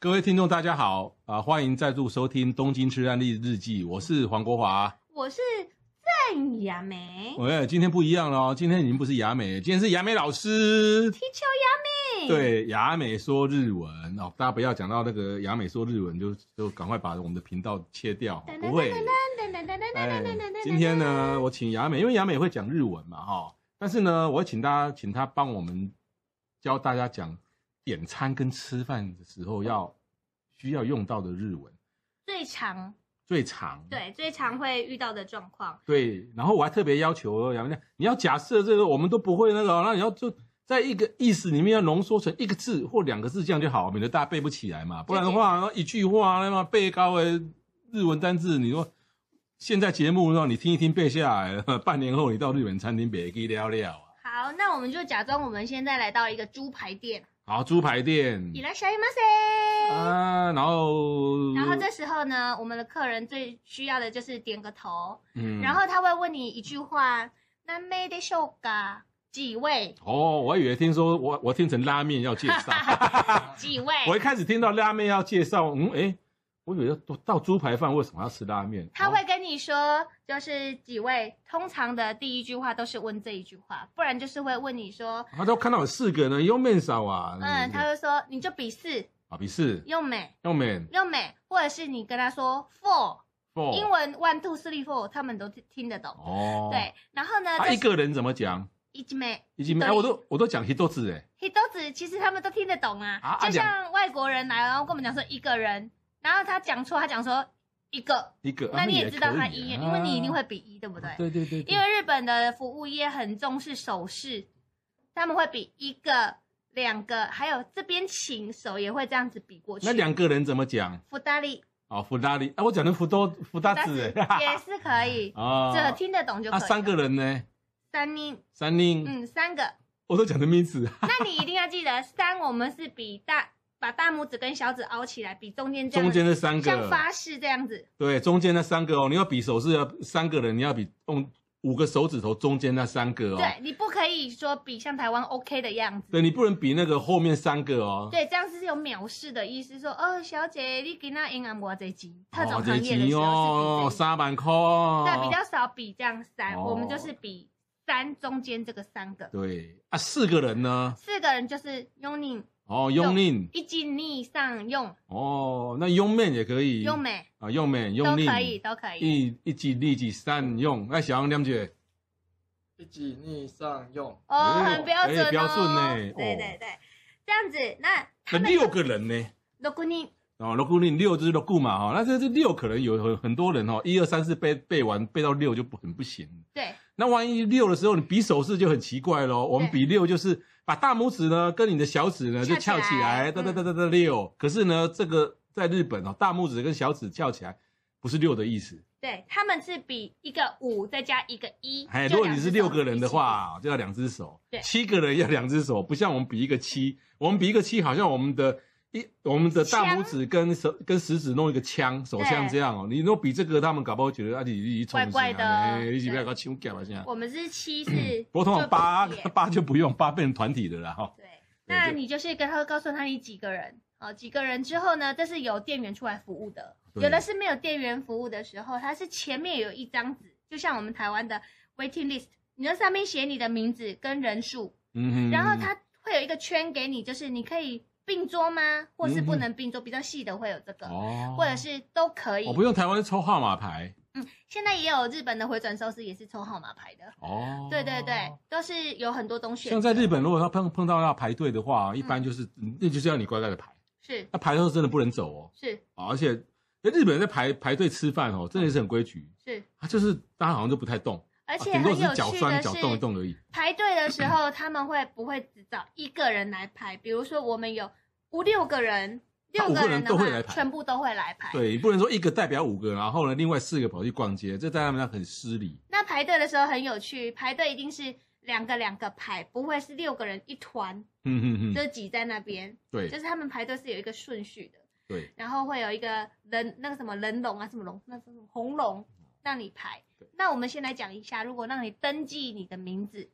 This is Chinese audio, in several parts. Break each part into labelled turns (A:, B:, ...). A: 各位听众，大家好啊、欢迎再度收听《东京吃案例日记》，我是黄国华。
B: 我是郑雅梅
A: 喂，今天不一样了哦，今天已经不是雅美，今天是雅美老师。
B: ，Teacher 雅梅。，
A: 对，雅美说日文哦，大家不要讲到那个雅美说日文，就就赶快把我们的频道切掉。不会，哎，今天呢，我请雅美，因为雅美会讲日文嘛，哈、但是呢，我请大家请她帮我们教大家讲点餐跟吃饭的时候要需要用到的日文
B: 最常
A: 最长。
B: 对最常会遇到的状况，
A: 对，然后我还特别要求杨亮，你要假设这个我们都不会那个哦，那你要就在一个意思里面要浓缩成一个字或两个字，这样就好，免得大家背不起来嘛。不然的话，一句话那么背高的日文单字，你说现在节目让你听一听背下来， 半年后你到日本餐厅别给聊聊啊。
B: 好，那我们就假装我们现在来到一个猪排店，
A: 好，猪排店
B: 伊拉小马塞。
A: 啊，然后
B: 然后这时候呢，我们的客人最需要的就是点个头，
A: 嗯
B: 然后他会问你一句话：“那没得秀嘎？几位？
A: 哦，我以为听说我我听成拉面要介 绍。
B: 几位？”
A: 我一开始听到拉面要介绍，嗯，诶，我以为要到到猪排饭为什么要吃拉面？
B: 他
A: 哦
B: 会跟你说，就是几位，通常的第一句话都是问这一句话，不然就是会问你说，
A: 他都看到有四个呢，用面少啊，
B: 嗯，他会说你就比四，
A: 啊，比四
B: 用美
A: 用面
B: 用美，或者是你跟他说 four，、
A: four，
B: 英文 one two three four，他们都听听得懂。
A: 哦，，
B: 对，然后呢，
A: 他
B: 就
A: 一
B: 是
A: 个人怎么讲？
B: 一直美。
A: 已经哎，
B: 对
A: 我都我都讲 h i t o 字哎，
B: 黑豆子其实他们都听得懂啊，
A: 啊啊
B: 就像外国人来，然后跟我们讲说一个人，然后他讲错，他讲说一个，
A: 一个，
B: 那
A: 啊
B: 你也知道他
A: 可以
B: 一，
A: 啊
B: 因为你一定会比一，对不对？
A: 对对对，对
B: 因为日本的服务业很重视手势，他们会比一个、两个，还有这边请手也会这样子比过去。
A: 那两个人怎么讲？
B: 福达利
A: 哦，福达里，啊，我讲的福多福达子哎，，
B: 也是可以
A: 啊
B: 这听得懂就可
A: 啊，
B: 以。
A: 三个人呢？
B: 三音，
A: 三令，
B: 嗯，三个。
A: 我都讲的名字，
B: 那你一定要记得， 三我们是比大把大拇指跟小指凹起来，比中间这样
A: 中
B: 子，
A: 间这三个
B: 像发誓这样子。
A: 对，中间那三个哦，你要比手势，要三个人，你要比用五个手指头中间那三个哦。
B: 对，你不可以说比像台湾 OK 的样子。
A: 对，你不能比那个后面三个哦。
B: 对，这样是有藐视的意思，说哦，小姐，你给那银行啊我这集特种
A: 哦这
B: 行业的
A: 集
B: 时
A: 哦
B: 候，是比这个
A: 三万块哦。
B: 对，比较少比这样三，
A: 哦
B: 我们就是比三中间这个三个，
A: 对啊，四个人呢？
B: 四个人就是用你
A: 哦，用令
B: 一斤逆上用
A: 哦，那用面也可以，
B: 用美
A: 啊，用面
B: 都
A: 用令
B: 可以，都可以。
A: 一一级、二级、三用。那小杨亮姐，
C: 一起逆上用，
B: 哦，
A: 哎
B: 很标准
A: 哎
B: 哦，
A: 标准呢
B: 对
A: 哦
B: 对对，这样子，那
A: 那
B: 他们
A: 六个人呢？
B: 如果你
A: 哦，六固令六就是六固嘛，哈、哦，那这这六可能有很很多人哦，一二三四背背完背到六就不很不行。
B: 对
A: 那万一六的时候，你比手势就很奇怪咯。我们比六就是把大拇指呢跟你的小指呢就翘
B: 翘
A: 起
B: 起
A: 来，
B: 来嗯
A: 哒哒哒哒哒六。可是呢，这个在日本哦，大拇指跟小指翘起来不是六的意思。
B: 对，他们是比一个五再加一个一，
A: 哎，
B: 就
A: 如果
B: 两
A: 你
B: 只
A: 是
B: 手
A: 六个人的
B: 一起
A: 话，就要两只手；
B: 对
A: 七个人要两只手，不像我们比一个七，我们比一个七，好像我们的一我们的大拇指跟手跟食指弄一个枪，手枪
B: 对
A: 这样哦。你如果比这个，他们搞不好觉得啊，你你冲
B: 怪怪的
A: 哎，你是不要
B: 对
A: 搞枪干嘛这样
B: 起，？我们是七 是，
A: 不过通常八
B: 就比一
A: 八就不用，八变成团体的了哈。
B: 对，
A: 对
B: 那
A: 就
B: 你就是跟他告诉他你几个人哦，几个人之后呢，这是由店员出来服务的，
A: 对
B: 有的是没有店员服务的时候，它是前面有一张纸，就像我们台湾的 waiting list，你那上面写你的名字跟人数，
A: 嗯哼
B: 然后它会有一个圈给你，就是你可以并桌吗？或是不
A: 嗯哼
B: 能并桌，比较细的会有这个。
A: 哦，
B: 或者是都可以
A: 我、，不用台湾抽号码牌
B: 现在也有日本的回转寿司，也是抽号码牌的。
A: 哦。
B: 对对对，都是有很多种选择。
A: 像在日本，如果他碰碰到要排队的话，一般就是、
B: 嗯
A: 那就是要你乖乖的排，
B: 是
A: 那排的时候真的不能走哦。
B: 是
A: 啊而且那日本人在排排队吃饭哦，真的是很规矩，
B: 是，
A: 他就是大家好像都不太动，
B: 而且
A: 啊顶多
B: 很
A: 只
B: 有
A: 是
B: 趣
A: 脚酸
B: 的
A: 脚动一
B: 是，
A: 动而已。
B: 排队的时候，他们会不会只找一个人来排？比如说，我们有五六个人，六个人的
A: 啊五个人都
B: 话
A: 会来排
B: 全部都会来排。
A: 对，你不能说一个代表五个，然后呢，另外四个跑去逛街，这在他们那很失礼。
B: 那排队的时候很有趣，排队一定是两个两个排，不会是六个人一团
A: 嗯嗯嗯，
B: 就挤在那边。就
A: 对
B: 是他们排队是有一个顺序的，
A: 对，
B: 然后会有一个人那个什么人龙啊，什么龙，那是什么红龙让你排
A: 嗯对。
B: 那我们先来讲一下，如果让你登记你的名字，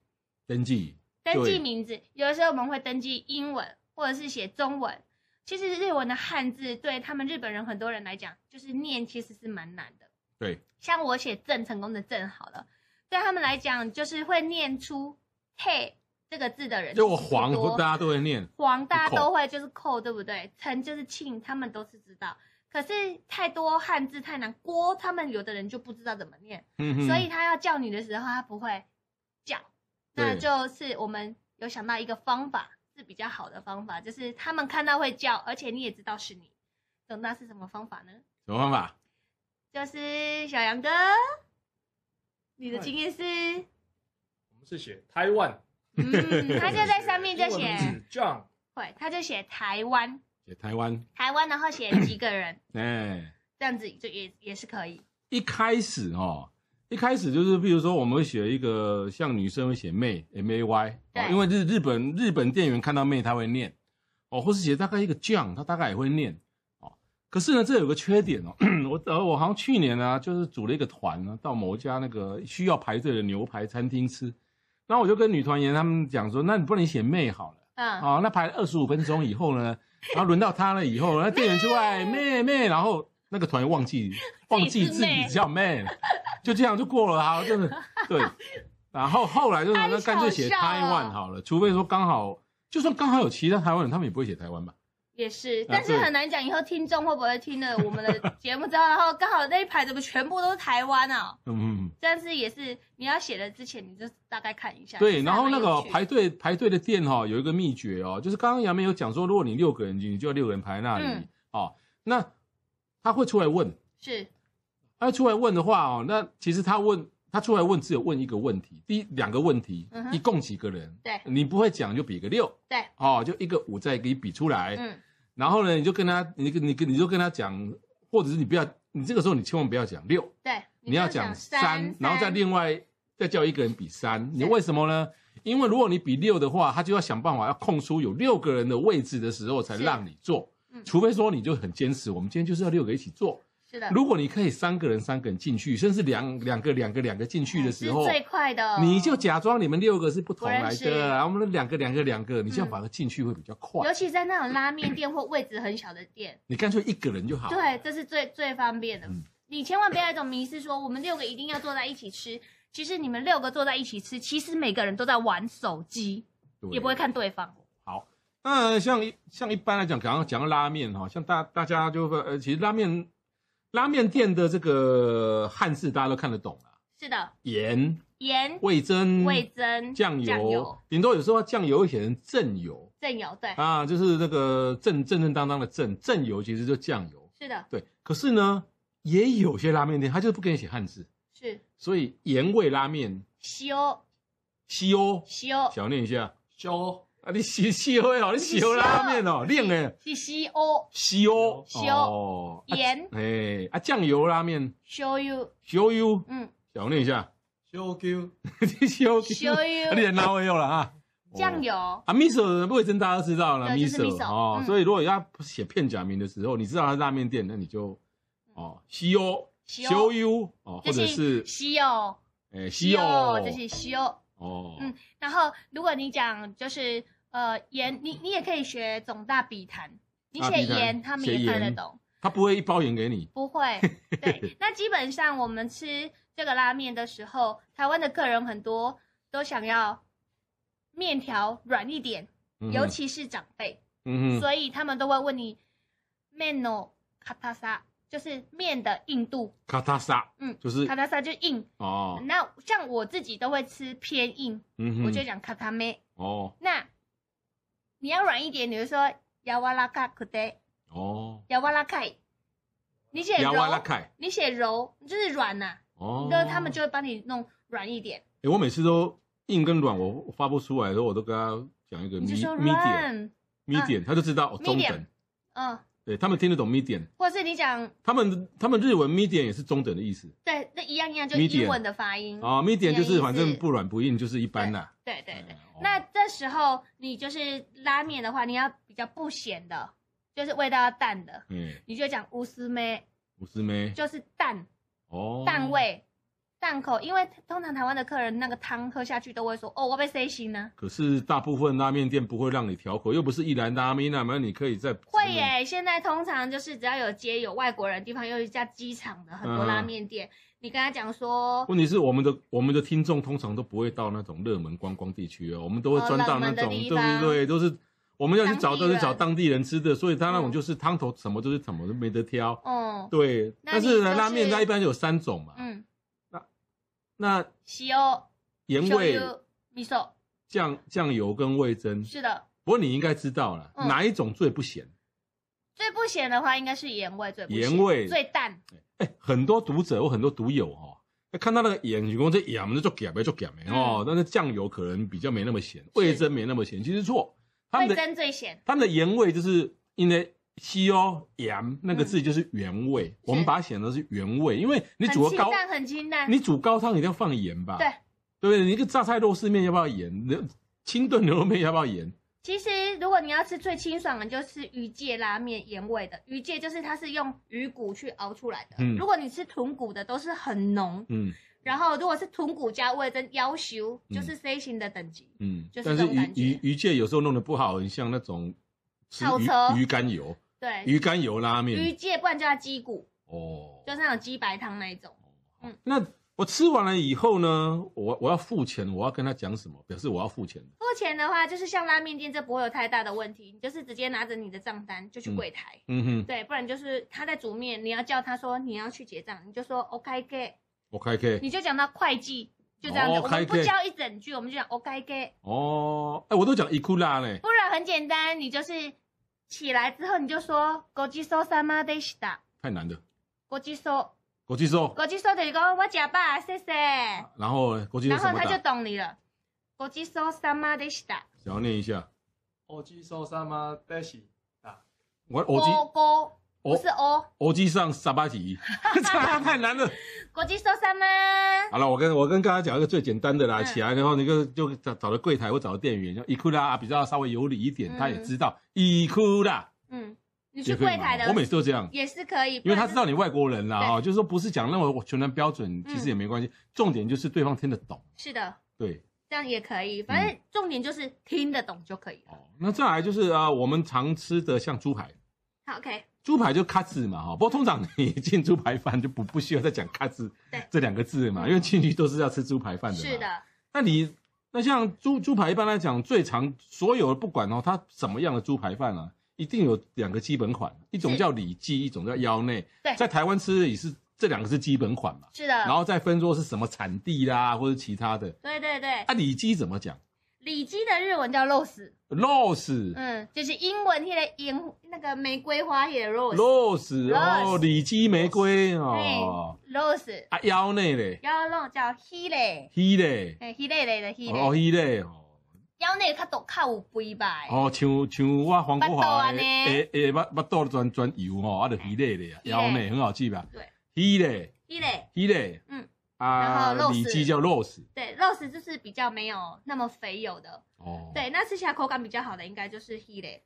A: 登记
B: 登
A: 对
B: 记名字，有的时候我们会登记英文或者是写中文。其实日文的汉字对他们日本人很多人来讲，就是念其实是蛮难的。
A: 对，
B: 像我写郑成功的郑好了，对他们来讲就是会念出 “te” 这个字的人，
A: 就我
B: 其实不
A: 黄
B: 多
A: 大家都会念，
B: 黄大
A: 扣
B: 家都会就是扣，对不对？陈就是庆，他们都是知道。可是太多汉字太难，锅他们有的人就不知道怎么念，
A: 嗯哼
B: 所以他要叫你的时候他不会叫，那
A: 对
B: 就是我们有想到一个方法是比较好的方法，就是他们看到会叫，而且你也知道是你，懂那是什么方法呢？
A: 什么方法？
B: 就是小杨哥，你的
C: 对
B: 经验是，
C: 我们是写台湾，
B: 嗯，他就在上面就
C: 英文名
B: 写，
C: 字 John，
B: 会，他就写台湾，
A: 写台湾，
B: 台湾，然后写几个人。
A: 哎，
B: 这样子就也也是可以。
A: 一开始哦，一开始就是，比如说我们会写一个，像女生会写妹 M A Y，哦
B: 对
A: 因为日日本日本店员看到妹他会念，哦，或是写大概一个酱，他大概也会念，哦。可是呢，这有个缺点哦， 我呃我好像去年啊，就是组了一个团啊呢、到某一家那个需要排队的牛排餐厅吃，然后我就跟女团员他们讲说，那你不然你写妹好了。
B: 嗯，
A: 哦，那排二十五分钟以后 呢，然后轮到他了以后，那店员就哎妹妹，然后那个团员忘记忘记自
B: 自己是妹
A: 己叫妹了，就这样就过了啊，真的对。然后后来就是
B: 太
A: 那干脆写
B: 搞笑
A: 台湾
B: 了
A: 好了，除非说刚好，就算刚好有其他台湾人，他们也不会写台湾吧？
B: 也是，
A: 啊
B: 但是
A: 对
B: 很难讲以后听众会不会听了我们的节目之后，然后刚好那一排怎么全部都是台湾啊？
A: 嗯，
B: 但是也是你要写的之前，你就大概看一下。
A: 对。
B: 就是
A: 然后
B: 还
A: 那
B: 蛮
A: 个
B: 有趣的
A: 排队排队的店哈、哦，有一个秘诀哦，就是刚刚杨梅有讲说，如果你六个人进，你就要六个人排那里、
B: 嗯
A: 哦，那他会出来问。
B: 是
A: 他出来问的话哦，那其实他问他出来问只有问一个问题，第一两个问题，
B: 嗯哼
A: 一共几个人？
B: 对
A: 你不会讲就比个六
B: 对，
A: 哦，就一个五再给你比出来。
B: 嗯，
A: 然后呢，你就跟他，你跟你跟你就跟他讲，或者是你不要，你这个时候你千万不要讲六，
B: 对，
A: 你要
B: 就
A: 讲
B: 三
A: 三，，然后再
B: 三
A: 另外再叫一个人比三。你为什么呢？因为如果你比六的话，他就要想办法要空出有六个人的位置的时候才
B: 是
A: 让你坐
B: 嗯，
A: 除非说你就很坚持，我们今天就是要六个一起坐。
B: 是的，
A: 如果你可以三个人三个人进去，甚至两两个两个两个进去的时候
B: 哎是，最快的，哦
A: 你就假装你们六个是不同来
B: 不认识
A: 的，然后我们两个两个两个，你这样反而进去会比较快。
B: 尤其在那种拉面店或位置很小的店，
A: 你干脆一个人就好。
B: 对，这是最最方便的。
A: 嗯
B: 你千万不要有一种迷思，说我们六个一定要坐在一起吃。其实你们六个坐在一起吃，其实每个人都在玩手机，
A: 对，
B: 也不会看对方。
A: 好。那像一像一般来讲，刚刚讲到拉面哈，像大大家就会呃，其实拉面拉面店的这个汉字大家都看得懂了，啊
B: 是的，
A: 盐、
B: 盐、
A: 味增、
B: 味增、
A: 酱
B: 酱
A: 油
B: 油、，
A: 顶多有时候酱油会写成正油
B: 正油，对，
A: 啊，就是那个正正正当当的正正油，其实就酱油。
B: 是的，
A: 对，可是呢，也有些拉面店它就是不给你写汉字，
B: 是
A: 所以盐味拉面
B: 修
A: 西欧，
B: 修
A: 小念一下
C: 修
A: 啊，你西西欧哦，你西欧拉面 哦，练哎，
B: 是西欧
A: 西欧
B: 西欧
A: 哦，啊
B: 盐
A: 哎啊，酱油拉面
B: 修 u，
A: 西欧 U，
B: 嗯，
A: 小念一下
C: 修 Q
A: 西欧 U，
B: 西欧 U
A: 啊你也拿我用了啊，
B: 酱
A: 哦。
B: 油，
A: 啊，miso 味噌大家都知道了
B: 对就是
A: ，miso
B: miso，
A: 哦，
B: 嗯
A: 所以如果要写片假名的时候，你知道它是拉面店，那你就哦，西欧、
B: 西欧
A: 西欧 U 哦，或
B: 就
A: 者是
B: 西欧，
A: 诶，西欧
B: 就是西欧。
A: 哎哦，
B: 嗯然后如果你讲就是呃盐，你你也可以学总大笔谈，你
A: 啊
B: 写
A: 笔谈
B: 盐他们
A: 写
B: 也看得
A: 盐
B: 懂。
A: 他不会一包盐给你，
B: 不会， 对。那基本上我们吃这个拉面的时候，台湾的客人很多都想要面条软一点，
A: 嗯哼
B: 尤其是长辈，
A: 嗯哼，
B: 所以他们都会问你面 no 卡塔萨，就是面的硬度，
A: 卡塔沙，
B: 嗯
A: 就是
B: 卡塔萨就硬。
A: 哦，
B: 那像我自己都会吃偏硬，
A: 嗯哼，
B: 我就讲卡塔咩。
A: 哦
B: 那你要软一点，你就说啊やわらかくて、
A: 哦，
B: やわらかい。啊你写
A: 雅
B: 柔，
A: 啊瓦拉凯
B: 你写柔就是软呐、
A: 哦，
B: 那他们就会帮你弄软一点，
A: 诶，我每次都硬跟软我发不出来的时候，我都跟他讲一个
B: 你就
A: me-
B: 说嗯
A: medium
B: run，
A: medium，他就知道哦中
B: medium
A: 等
B: 嗯，
A: 对他们听得懂 median，
B: 或是你讲
A: 他们他们日文 median 也是中等的意思
B: 对，那一样一样，就
A: Medium
B: 英文的发音。
A: 啊、m e d i a n 就是反
B: 也
A: 正
B: 是
A: 不软不硬，就是一般啦。
B: 对对对。
A: 嗯
B: 那
A: 哦
B: 这时候你就是拉面的话，你要比较不咸的，就是味道要淡的，
A: 嗯，
B: 你就讲乌斯梅，
A: 五十枚
B: 就是淡
A: 哦，
B: 淡味、淡口，因为通常台湾的客人那个汤喝下去都会说，哦，我被塞心呢。
A: 可是大部分拉面店不会让你调口，又不是一兰拉面，那么你可以再
B: 会耶，现在通常就是只要有街有外国人的地方，尤其在机场的很多拉面店，你跟他讲说，
A: 问题是我们的我们的听众通常都不会到那种热门观光地区哦，我们都会
B: 哦
A: 钻到那
B: 冷门的
A: 种、
B: 地
A: 对不
B: 方
A: 对？都是我们要去找
B: 当地
A: 都是找
B: 人
A: 当地人吃的，所以他那种
B: 嗯
A: 就是汤头什么就是什么都没得挑。
B: 嗯
A: 对，
B: 那
A: 但
B: 你
A: 是
B: 就
A: 呢，拉面
B: 是
A: 它一般有三种嘛，
B: 嗯，
A: 那
B: 西欧
A: 盐
B: 醤
A: 味、
B: 油、米寿，
A: 酱酱油跟味增。
B: 是的，
A: 不过你应该知道了，
B: 嗯
A: 哪一种最不咸？
B: 最不咸的话应该是盐味最不咸
A: 盐味
B: 最淡，
A: 哎，很多读者或很多读友哦，那看到那个盐，你光这盐就咸呗，就咸呗
B: 嗯
A: 哦。但是酱油可能比较没那么咸，味增没那么咸，其实错。他们
B: 味
A: 的
B: 增最咸，
A: 他们的盐味就是因为西欧盐那个字就是原味，我们把它写成是原味，因为你
B: 嗯很
A: 煮个
B: 清
A: 高，
B: 淡，很清淡。
A: 你煮高汤一定要放盐吧？
B: 对，
A: 对不对？你一个榨菜肉丝面要不要盐？牛清炖牛肉面要不要盐？
B: 其实如果你要吃最清爽的，就是鱼介拉面盐味的。鱼介就是它是用鱼骨去熬出来的，
A: 嗯
B: 如果你吃豚骨的都是很浓，
A: 嗯
B: 然后如果是豚骨加味增要求
A: 嗯
B: 就是 C 型的等级。
A: 嗯，
B: 就是
A: 但
B: 这
A: 是
B: 种
A: 鱼
B: 感觉
A: 鱼鱼介有时候弄得不好，很像那种吃
B: 炒车
A: 鱼鱼肝油、
B: 对，
A: 鱼肝油拉面
B: 鱼介不然叫它鸡骨，
A: 哦。
B: 就是那种鸡白汤那一种。嗯
A: 那我吃完了以后呢，我我要付钱，我要跟他讲什么？表示我要付钱的。
B: 付钱的话，就是像拉面店，这不会有太大的问题，你就是直接拿着你的账单就去柜台。
A: 嗯哼，
B: 对，不然就是他在煮面，你要叫他说你要去结账，你就说 OK K，
A: 我开 K。
B: 你就讲到会计，就这样子。
A: 哦
B: 我们不
A: OK
B: 教一整句，我们就讲 OK K，
A: 哦，哎，我都讲伊库拉嘞。
B: 不然很简单，你就是起来之后你就说ごちそうさまでした，
A: 太难了，
B: ごちそう，
A: 国际寿，
B: ごちそう等于说我吃饱，谢谢，
A: 然后呢国际寿
B: 然
A: 什
B: 后
A: 么
B: 他就
A: 打？
B: 懂你了。ごちそうさまでした。
A: 想要念一下，
C: おじそうさまだし。
A: 我欧基
B: 锅锅不
A: 欧
B: 是哦，
A: 欧基上沙巴 吉，这太难了。
B: 国际收三吗？
A: 好了，我跟我跟大家讲一个最简单的啦，
B: 嗯
A: 起来然后那个就找找了柜台或找了店员，像伊库拉啊比较稍微有理一点，
B: 嗯
A: 他也知道伊库拉
B: 嗯，你去
A: 也可
B: 柜
A: 以嘛
B: 台的，
A: 我每次都这样。
B: 也是可以，
A: 因为他
B: 不然
A: 知道你外国人啦，
B: 对嗯
A: 哈，就是说不是讲那么全然标准，其实也没关系。重点就是对方听得懂，
B: 是的，
A: 对
B: 这样也可以，反正重点就是听得懂就可以了。
A: 哦。那再来就是啊、呃我们常吃的像猪排，
B: 好，OK，
A: 猪排就咔吱嘛哈，不过通常你进猪排饭就不不需要再讲咔吱
B: 对
A: 这两个字嘛，
B: 嗯
A: 因为进去都是要吃猪排饭的。
B: 是。的，
A: 那你那像猪猪排一般来讲，最常所有不管哦，它什么样的猪排饭啊，一定有两个基本款，一种
B: 是
A: 叫里脊，一种叫腰内。
B: 对
A: 在台湾吃的也是这两个是基本款嘛，
B: 是的。
A: 然后再分说是什么产地啦，或者其他的。
B: 对对对，
A: 啊，里脊怎么讲
B: 里脊的日文叫 rose，
A: ？rose。
B: 嗯，就是英文贴的樱那个玫瑰花也 rose，rose
A: rose 哦，
B: Rose
A: 里脊玫瑰哦，啊腰内嘞
B: 腰肉叫 he 嘞，
A: ，he 嘞，
B: 哎 he 嘞嘞的 he
A: 哦
B: 嘞，
A: ，he 嘞哦，
B: 腰内较多较有肥吧，
A: 哦，像像我黄国华
B: 腹
A: 的
B: 肚啊安尼
A: 诶诶，巴巴肚转转油哦，啊，就 he 嘞嘞，腰内很好记吧？
B: 对
A: ，he 嘞
B: he 嘞，
A: ，he 嘞，
B: 嗯，
A: 啊
B: 然后，肉
A: 里
B: 丝
A: 脊叫 rose
B: 对，rose 就是比较没有那么肥油的，
A: 哦，，
B: 对，那吃起来口感比较好的应该就是 he 嘞，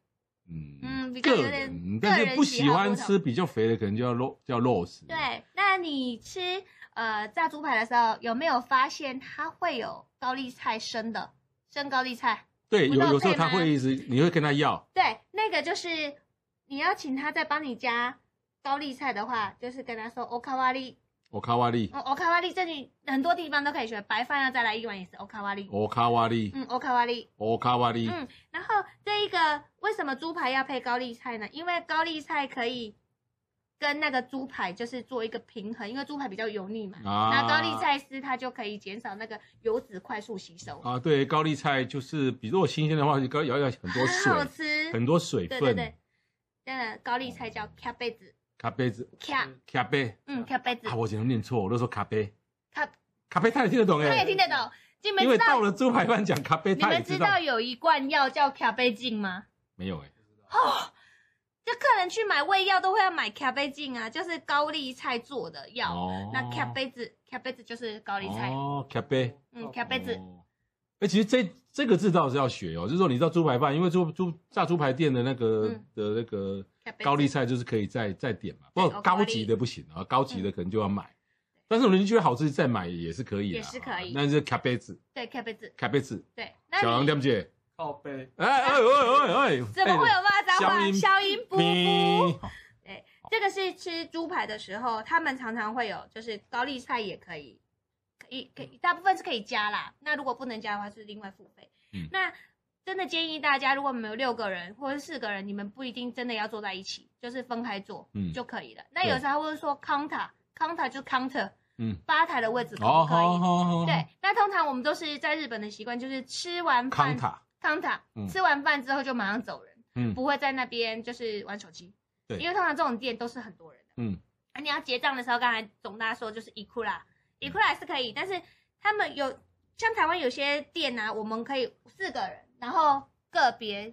A: 嗯
B: 嗯比较
A: 个
B: 有
A: 人，
B: 点
A: 但
B: 个
A: 是
B: 人
A: 不
B: 喜
A: 喜
B: 好
A: 欢
B: 不同
A: 吃比较肥的，可能叫 ro 叫 rose，
B: 对，那你吃呃炸猪排的时候，有没有发现它会有高丽菜生的生高丽菜？
A: 对，
B: 不
A: 有
B: 到
A: 有时候
B: 配
A: 他
B: 吗
A: 会一直，你会跟他要。
B: 对，那个就是你要请他再帮你加高丽菜的话，就是跟他说欧卡瓦利，
A: 我卡瓦利，
B: 哦欧卡瓦利，这里很多地方都可以学，白饭要再来一碗也是欧卡瓦利，
A: 我卡瓦利，
B: 嗯，欧卡瓦利。
A: 我卡瓦利，
B: 嗯，然后这一个为什么猪排要配高丽菜呢？因为高丽菜可以跟那个猪排就是做一个平衡，因为猪排比较油腻嘛，
A: 啊
B: 那高丽菜丝它就可以减少那个油脂快速吸收，
A: 啊，对，高丽菜就是，比如果新鲜的话，高要要很多
B: 很好
A: 水，
B: 吃。
A: 很多水
B: 对对
A: 分
B: 对，，那个高丽菜叫卡贝子，
A: 咖啡子，
B: 卡，
A: 咖啡
B: 嗯，卡贝子
A: 啊，，我只能念错，我都说咖啡，
B: 卡，
A: 咖啡他也听得懂
B: 他也
A: 哎，
B: 听得懂。你们
A: 因
B: 知
A: 为到
B: 道
A: 了猪排饭讲咖啡，
B: 你
A: 他也
B: 们
A: 知
B: 知
A: 道
B: 道有一罐药叫卡贝净吗？
A: 没有哎，
B: 这客人人去买胃药都会要买咖啡镜啊，就是高丽菜做的药。
A: 哦
B: 那咖啡子，咖啡子就是高丽菜，
A: 哦，咖啡，
B: 嗯，咖啡子，
A: 哦。哎、其实这这个字倒是要学哦，就是说你知道猪排饭，因为猪猪炸猪排店的那个、
B: 嗯
A: 的那个
B: 咖啡子
A: 高丽菜就是可以再再点嘛，不
B: 对
A: 过
B: 哦
A: 高
B: 高
A: 级
B: 丽嗯
A: 的不行啊，高级的可能就要买。但是我们觉得好吃再买也是可以的，
B: 也是可以
A: 那就是咖啡子，
B: 对，咖啡子，
A: 咖啡子，
B: 对。那
A: 小杨
B: 你
A: 对不起，
C: 靠背，
A: 哎哎 哎哎哎，
B: 怎么会有骂脏
A: 消
B: 话？
A: 音
B: 消音不不。
A: 咪
B: 这个是吃猪排的时候，他们常常会有，就是高丽菜也可以，可
A: 嗯
B: 以可以，大部分是可以加啦。那如果不能加的话，是另外付费。
A: 嗯
B: 那真的建议大家，如果你们有六个人或者四个人，你们不一定真的要坐在一起，就是分开坐、
A: 嗯
B: 就可以了。那有时候他会说 counter，counter 就是 counter，
A: 嗯，
B: 吧台的位置可
A: 哦，
B: 不可以？
A: 好好好，
B: 对，那通常我们都是在日本的习惯，就是吃完
A: 康
B: 饭
A: 塔，
B: counter，、
A: 嗯
B: 吃完饭之后就马上走人。
A: 嗯，
B: 不会在那边就是玩手机，
A: 对
B: 因为通常这种店都是很多人的，
A: 嗯，
B: 啊，你要结账的时候，刚才总大说就是伊库拉，
A: 嗯
B: 伊库拉是可以，但是他们有像台湾有些店啊，我们可以四个人，然后个别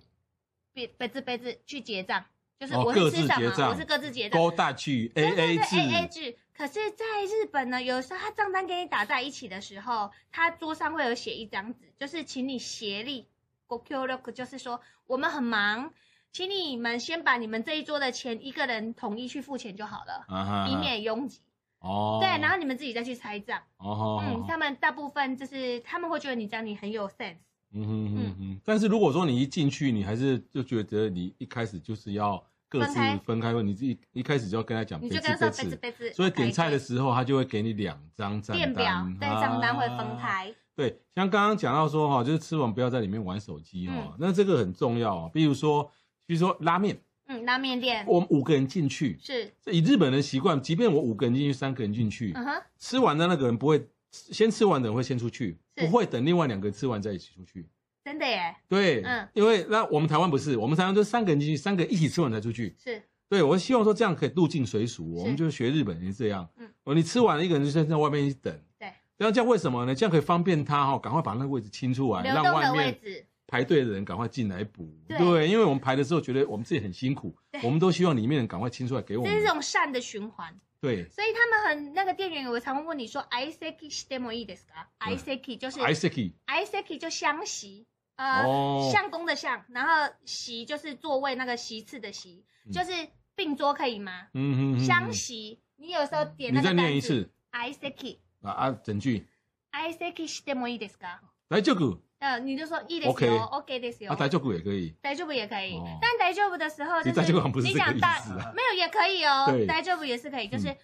B: 别别字别字去结账，就是
A: 哦
B: 我
A: 各
B: 是
A: 自
B: 吃什
A: 结
B: 么，
A: 账
B: 我是各自结账。
A: 勾大去 A
B: 对对
A: A
B: 对
A: 制
B: A A 制，可是，在日本呢，有时候他账单给你打在一起的时候，他桌上会有写一张纸，就是请你协力 g o k y o k 就是说我们很忙，请你们先把你们这一桌的钱一个人统一去付钱就好了，
A: 啊哈
B: 以免拥挤。
A: 哦，
B: 对，然后你们自己再去拆账。
A: 哦，
B: 嗯，他们大部分就是他们会觉得你这样你很有 sense。
A: 嗯哼哼哼，但是如果说你一进去，你还是就觉得你一开始就是要各自
B: 分开
A: 分开问，你自己一开始就要跟他讲
B: 你
A: 别
B: 就
A: 吃
B: 跟他
A: 别
B: 说杯子
A: 吃，
B: 杯子，
A: 所以点菜的
B: 时
A: 时候他就会给你两张账
B: 电
A: 单，
B: 表对账单会分
A: 啊。
B: 开，
A: 对，像刚刚讲到说哈，就是吃完不要在里面玩手机哈
B: 嗯，
A: 那这个很重要啊。比如说，比如说拉面，
B: 嗯，拉面店
A: 我们五个人进去，
B: 是，
A: 这以日本人习惯，即便我五个人进去，三个人进去，
B: 嗯哼，
A: 吃完的那个人不会先吃完的人会先出去，
B: 是
A: 不会等另外两个人吃完再一起出去。
B: 真的耶，
A: 对，
B: 嗯
A: 因为那我们台湾不是，我们台湾都三个人进去，三个人一起吃完才出去。
B: 是。
A: 对，我希望说这样可以入境随俗，
B: 是
A: 我们就学日本人这样。
B: 嗯
A: 哦，你吃完了一个人就先在外面一起等。
B: 对，
A: 然后这样为什么呢？这样可以方便他哈、哦，赶快把那个位置清出来，
B: 流
A: 让
B: 动
A: 外
B: 的位
A: 面
B: 置，
A: 排队的人赶快进来补。
B: 对
A: 因为我们排的时候觉得我们自己很辛苦
B: 对，
A: 我们都希望里面人赶快清出来给我
B: 这
A: 们
B: 是一。种善的循环。
A: 对
B: 所以他们很那个店员，我常会问你说 “I s e k i s m o i d e s a i s e k i 就是
A: i s e k i
B: “I s e k i 就相席，呃，
A: 哦
B: 相公的相，然后席就是座位那个席次的席，
A: 嗯
B: 就是并桌可以吗？
A: 嗯
B: 相席，你有时候点
A: 你
B: 那
A: 再
B: 个
A: 念一
B: 单词
A: 次
B: “I s e k i
A: 啊啊，整句
B: I s e k i s m o i d e s a
A: 来这个
B: 呃，你就说 “i d e
A: OK
B: s o k d e s
A: 啊，来这个也可以。
B: 呆 job 也可以，
A: 哦
B: 但呆 job 的时候就
A: 其实呆 job 好像不
B: 是
A: 是
B: 你
A: 这个
B: 讲
A: 意
B: 呆
A: 思啊
B: 没有也可以哦
A: 对，
B: 呆 job 也是可以，就是
A: 嗯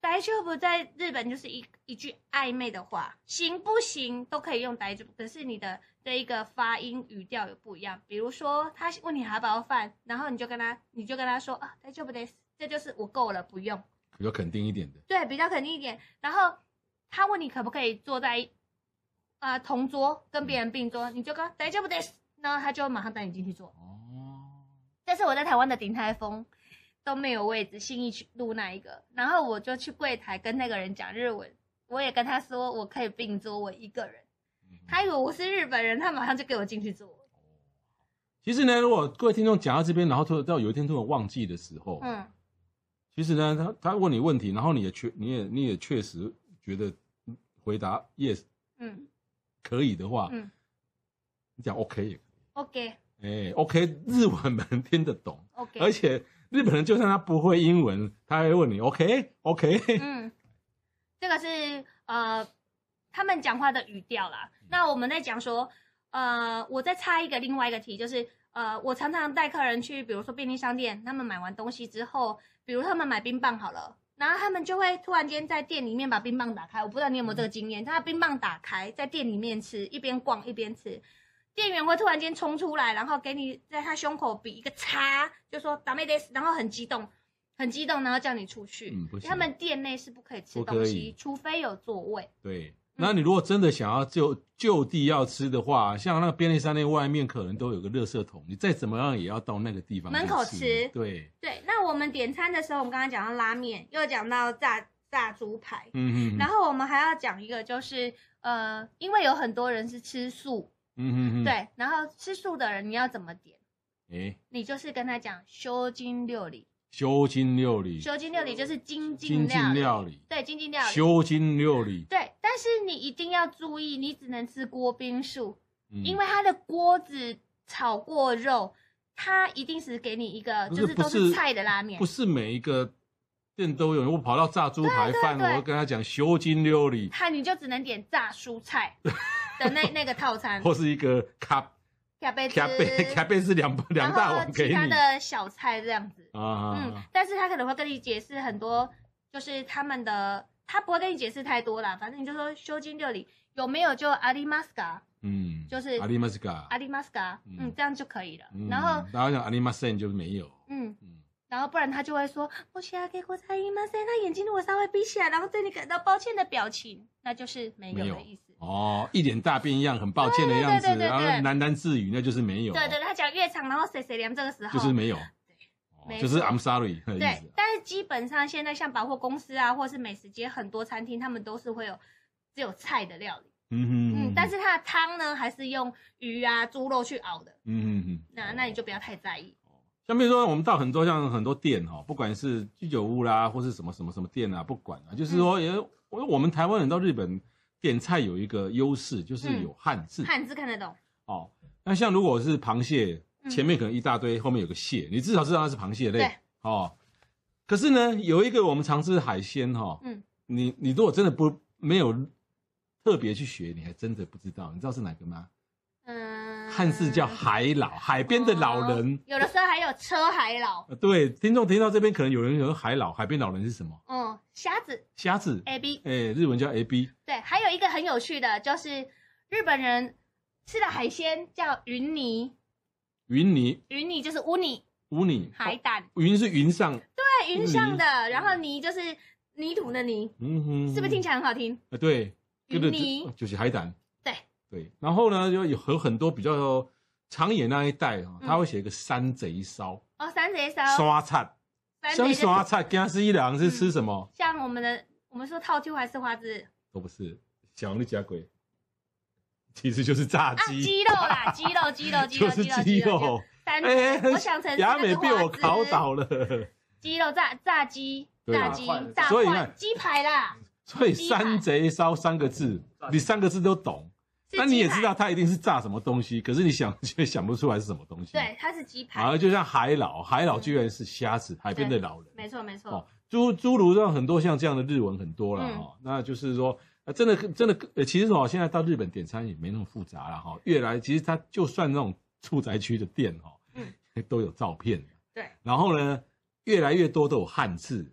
B: 呆 job 在日本就是一一句暧昧的话，行不行都可以用呆 job，可是你的这一个发音语调有不一样。比如说他问你还不要饭，然后你就跟他你就跟他说啊呆 job です，这就是我够了，不用。
A: 比较肯定一点的。
B: 对，比较肯定一点。然后他问你可不可以坐在一呃同桌跟别人并桌，你就跟呆 job です，然后他就马上带你进去坐。
A: 哦，
B: 这是我在台湾的鼎泰丰都没有位置，信义区路那一个，然后我就去柜台跟那个人讲日文，我也跟他说我可以并桌，我一个人，
A: 嗯
B: 他以为我是日本人，他马上就给我进去坐。
A: 其实呢，如果各位听众讲到这边，然后突然到有一天突然忘记的时候，嗯，
B: 嗯，
A: 其实呢，他他问你问题，然后你也确你也你也确实觉得回答 yes
B: 嗯
A: 可以的话，
B: 嗯
A: 你讲 OK 也可以
B: ，OK
A: 哎、o k 日文们听得懂，
B: OK，
A: 而且日本人就算他不会英文，他还会问你 OK OK，、
B: 嗯，这个是呃他们讲话的语调啦。那我们在讲说，呃，我再插一个另外一个题，就是呃，我常常带客人去，比如说便利商店，他们买完东西之后，比如他们买冰棒好了。然后他们就会突然间在店里面把冰棒打开，我不知道你有没有这个经验，他把冰棒打开，在店里面吃，一边逛一边吃，店员会突然间冲出来，然后给你在他胸口比一个叉，就说 d a m d 然后很激动，很激动，然后叫你出去。
A: 嗯不行
B: 他们店内是不可以吃
A: 不可
B: 东
A: 以
B: 西，除非有座位。
A: 对。那你如果真的想要就就地要吃的话，像那个便利商店外面可能都有个垃圾桶，你再怎么样也要到那个地方去
B: 门口吃
A: 对，
B: 对，那我们点餐的时候，我们刚刚讲到拉面，又讲到炸炸猪排，
A: 嗯哼
B: 然后我们还要讲一个就是呃，因为有很多人是吃素，
A: 嗯哼哼，
B: 对，然后吃素的人你要怎么点？
A: 哎，
B: 你就是跟他讲修金料理，
A: 修金料理，
B: 修金料理就是精
A: 嗯精
B: 进料
A: 进
B: 理，
A: 料理，
B: 对，精进料理。
A: 修金料理，
B: 对，但是你一定要注意，你只能吃锅冰素，
A: 嗯
B: 因为它的锅子炒过肉，它一定是给你一个
A: 可
B: 就是
A: 不
B: 都是菜的拉面
A: 不，是每一个店都有。我跑到炸猪排饭，
B: 对对
A: 我跟他讲修金料理，
B: 它你就只能点炸蔬 菜的那那个套餐，
A: 或是一个卡
B: 咖啡汁
A: 卡，贝 卡贝是两两大
B: 然后
A: 碗给
B: 其
A: 你
B: 他
A: 啊
B: 的小菜这样子。
A: 啊，啊
B: 嗯，但是他可能会跟你解释很多，就是他们的，他不会跟你解释太多啦，反正你就说修金料理有没有就阿里玛斯卡，
A: 嗯，
B: 就是
A: 阿里马斯卡
B: 阿，里玛斯卡，
A: 嗯
B: 嗯，这样就可以了。
A: 嗯
B: 然后，
A: 然后讲阿里马森就是没有，
B: 嗯，
A: 嗯，
B: 然后不然他就会说我想要给国菜姨妈塞，他眼睛如果稍微闭起来，然后对你感到抱歉的表情，那就是没
A: 没
B: 有
A: 有
B: 的意思。
A: 哦，一脸大变样，很抱歉的样子，
B: 对对对对
A: 然后
B: 对
A: 喃喃自语，那就是没有，
B: 对对，他讲越长，然后谁谁连这个时候
A: 就是没有，哦
B: 没
A: 就是
B: 错
A: I'm sorry 的意
B: 对
A: 思，，
B: 但是基本上现在像百货公司啊，或是美食街，很多餐厅他们都是会有只有菜的料理。
A: 嗯
B: 嗯，但是它的汤呢，还是用鱼啊、猪肉去熬的。
A: 嗯嗯嗯，
B: 那那你就不要太在意。
A: 像比如说，我们到很多像很多店哈、哦，不管是居酒屋啦，或是什么什么什么店啊，不管啊，就是
B: 嗯
A: 说也，我、我们台湾人到日本点菜有一个优势，就是有汉字、
B: 嗯汉字看得懂，
A: 哦。那像如果是螃蟹，
B: 嗯
A: 前面可能一大堆，后面有个蟹，你至少知道它是螃蟹类
B: 对
A: 哦。可是呢，有一个我们常吃的海鲜哈、哦，
B: 嗯
A: 你你如果真的不没有特别去学，你还真的不知道，你知道是哪个吗？
B: 嗯，
A: 汉字叫 海老，海边的老人。
B: 哦有的时候还有车海老，
A: 呃，对，听众听到这边，可能有人有海老，海边老人是什么？
B: 嗯，虾子
A: 虾子，哎、
B: A B，
A: 日文叫 A B，
B: 对，还有一个很有趣的，就是日本人吃的海鲜叫云泥，
A: 云泥
B: 云泥就是乌泥
A: 乌泥，
B: 海
A: 哦
B: 胆，
A: 云是云上，
B: 对，云上
A: 泥
B: 的，然后泥就是泥土的泥，
A: 嗯哼，
B: 是不是听起来很好听？
A: 呃对，
B: 云
A: 就是
B: 泥
A: 就就是海胆，
B: 对
A: 对，然后呢，就有有很多比较长野那一带哈，
B: 嗯
A: 他会写一个山贼烧，
B: 哦，三贼烧，
A: 刷菜，
B: 三
A: 像
B: 贼嗯就
A: 刷
B: 是
A: 菜，跟他是一郎是吃什么？
B: 像我们的我们说套秋还是花枝，
A: 都不是，小绿甲鬼，其实就是炸
B: 啊，
A: 鸡，
B: 鸡肉啦，鸡肉，鸡肉，鸡
A: 就
B: 肉，
A: 是
B: 鸡啊肉，
A: 鸡
B: 鸡肉。
A: 肉，
B: 三，
A: 哎
B: 我想成是
A: 雅
B: 那
A: 美
B: 个
A: 被我
B: 花枝
A: 考。倒了。
B: 鸡肉炸炸鸡，
A: 对啊
B: 炸鸡
C: 大
A: 所
B: 炸
C: 块的，
A: 以你
B: 块
A: 看
B: 鸡排啦，
A: 所以“
B: 鸡排
A: 山贼烧”三个字，你三个字都懂，
B: 是
A: 那你
B: 鸡
A: 也
B: 排
A: 知道，它一定是炸什么东西，可是你想却想不出来是什么东西。
B: 对，嗯它是鸡
A: 啊，
B: 排，
A: 就像海老，海老居然是虾子，海边的老人。
B: 没错没
A: 哦
B: 错，，
A: 诸诸如像很多像这样的日文很多啦。
B: 嗯
A: 哈、那就是说，呃真的真的，呃，其实哦，现在到日本点餐也没那么复杂了哈、越来，其实它就算那种住宅区的店哈、都有照片。
B: 嗯对。
A: 然后呢，越来越多都有汉字，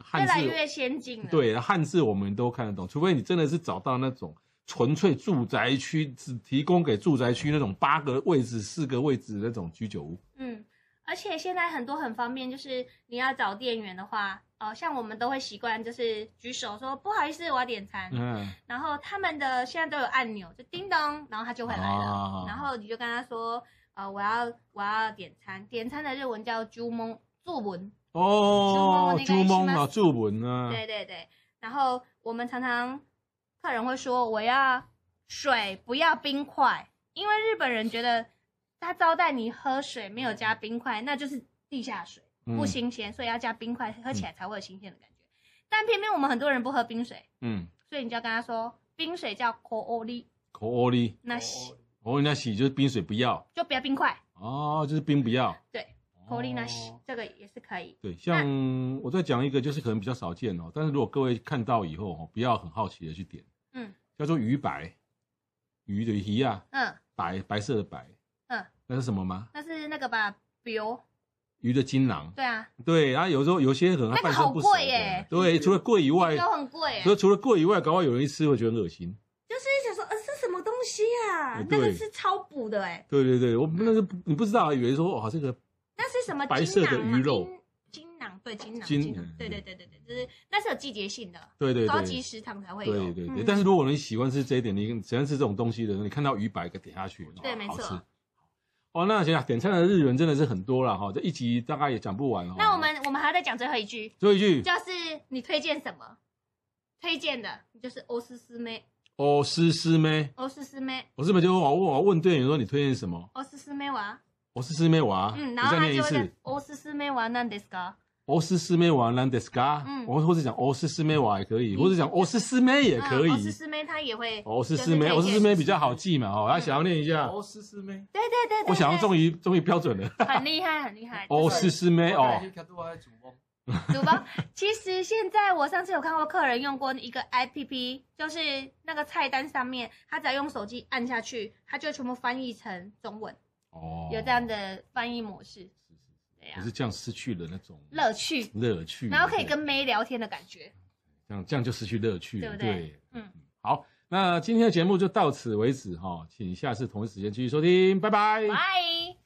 A: 汉
B: 越
A: 字
B: 来越先进了。，
A: 对，汉字我们都看得懂，除非你真的是找到那种纯粹住宅区只提供给住宅区那种八个位置、四个位置的那种居酒屋。
B: 嗯，而且现在很多很方便，就是你要找店员的话，呃，像我们都会习惯就是举手说不好意思，我要点餐，
A: 嗯，
B: 然后他们的现在都有按钮，就叮咚，然后他就会来了，
A: 啊
B: 然后你就跟他说，呃，我要我要点餐，点餐的日文叫朱蒙注文。
A: 哦，
B: 注
A: 朱
B: 文お願いし
A: 蒙
B: ます
A: 啊，注文啊，
B: 对对对，然后我们常常客人会说我要水不要冰块，因为日本人觉得他招待你喝水没有加冰块，那就是地下水
A: 嗯
B: 不新鲜，所以要加冰块，喝起来才会有新鲜的感觉。但偏偏我们很多人不喝冰水，
A: 嗯，
B: 所以你就要跟他说冰水叫 k o l i
A: 口欧里，
B: 那
C: 哦
A: 哦，那洗就是冰水不要，
B: 就不要冰块
A: 哦，就是冰不要。
B: 对 k o l i 那
A: 哦
B: 这个也是可以。
A: 对，像我再讲一个，就是可能比较少见哦，但是如果各位看到以后哦，不要很好奇的去点，
B: 嗯
A: 叫做鱼白，鱼的鱼啊，
B: 嗯，
A: 白白色的白，
B: 嗯，
A: 那是什么吗？
B: 那是那个吧，比如
A: 鱼的精囊，
B: 对啊，
A: 对，然后有时候有些可能
B: 那个
A: 半身不
B: 好
A: 遂
B: 贵耶
A: 对，除了贵以外，
B: 都很贵欸
A: 除了除了贵以外，搞不好有人一吃会觉得很恶心。
B: 就是想说，呃，是什么东西啊
A: 嗯？
B: 那个
A: 对
B: 是超补的哎、
A: 对对对，我们那个你不知道，以为说哇哦这个
B: 那是什么
A: 白
B: 金
A: 色
B: 囊
A: 的
B: 吗
A: 鱼肉
B: 金金囊对金囊，
A: 金
B: 金囊
A: 嗯
B: 对对对对对，就是那是有季节性的，
A: 对对对，
B: 高级食堂才会有。
A: 对对对。
B: 嗯
A: 但是如果你喜欢吃这一点，你喜欢吃这种东西的，你看到鱼白给点下去，
B: 对
A: 哦
B: 没
A: 好
B: 错
A: 吃。哦，那行啊，点菜的日元真的是很多了哈，这一集大概也讲不完哈。
B: 那我们我们还要再讲最后一句，
A: 最后一句，
B: 就是你推荐什么？推荐的，就是欧思思妹，
A: 哦，思思妹，哦
B: 欧思思妹，
A: 我是不是就问我问我问店员说你推荐什么？哦
B: 欧思思妹娃，
A: 我是师妹娃，
B: 嗯，
A: 啊你
B: 然后
A: 再
B: 他
A: 念一
B: 就会在
A: 次。
B: 我是四妹玩那 disc，
A: 我哦是师妹娃 l a n d e s c a
B: 嗯
A: 我或者讲哦我是师妹娃也可以，
B: 嗯哦
A: 或者讲我是师妹也可以哦
B: 我。是四妹，他也会，
A: 我是
B: 就
A: 师妹，
B: 可以
A: 我是
B: 解
A: 师妹
B: 释
A: 比较好记嘛，
B: 嗯
A: 哦，来想要念一下。
C: 哦，是是妹，
B: 对对对对，
A: 我想要
B: 对
A: 终于终于标准 了。
B: 很厉害很厉害，
A: 哦，
B: 就是
A: 师妹哦，
C: 你看我在主翁，
B: 主播，其实现在我上次有看过客人用过一个 APP，就是那个菜单上面，他只要用手机按下去，他就全部翻译成中文，
A: 哦，
B: 有这样，的翻译模式。对呀、
A: 可是这样失去了那种
B: 乐趣，
A: 乐趣，
B: 然后可以
A: 对
B: 跟妹聊天的感觉。
A: 这样这样就失去乐趣
B: 对
A: 了，
B: 不对嗯
A: 嗯，好，那今天的节目就到此为止哈，请下次同一时间继续收听，拜拜
B: 拜。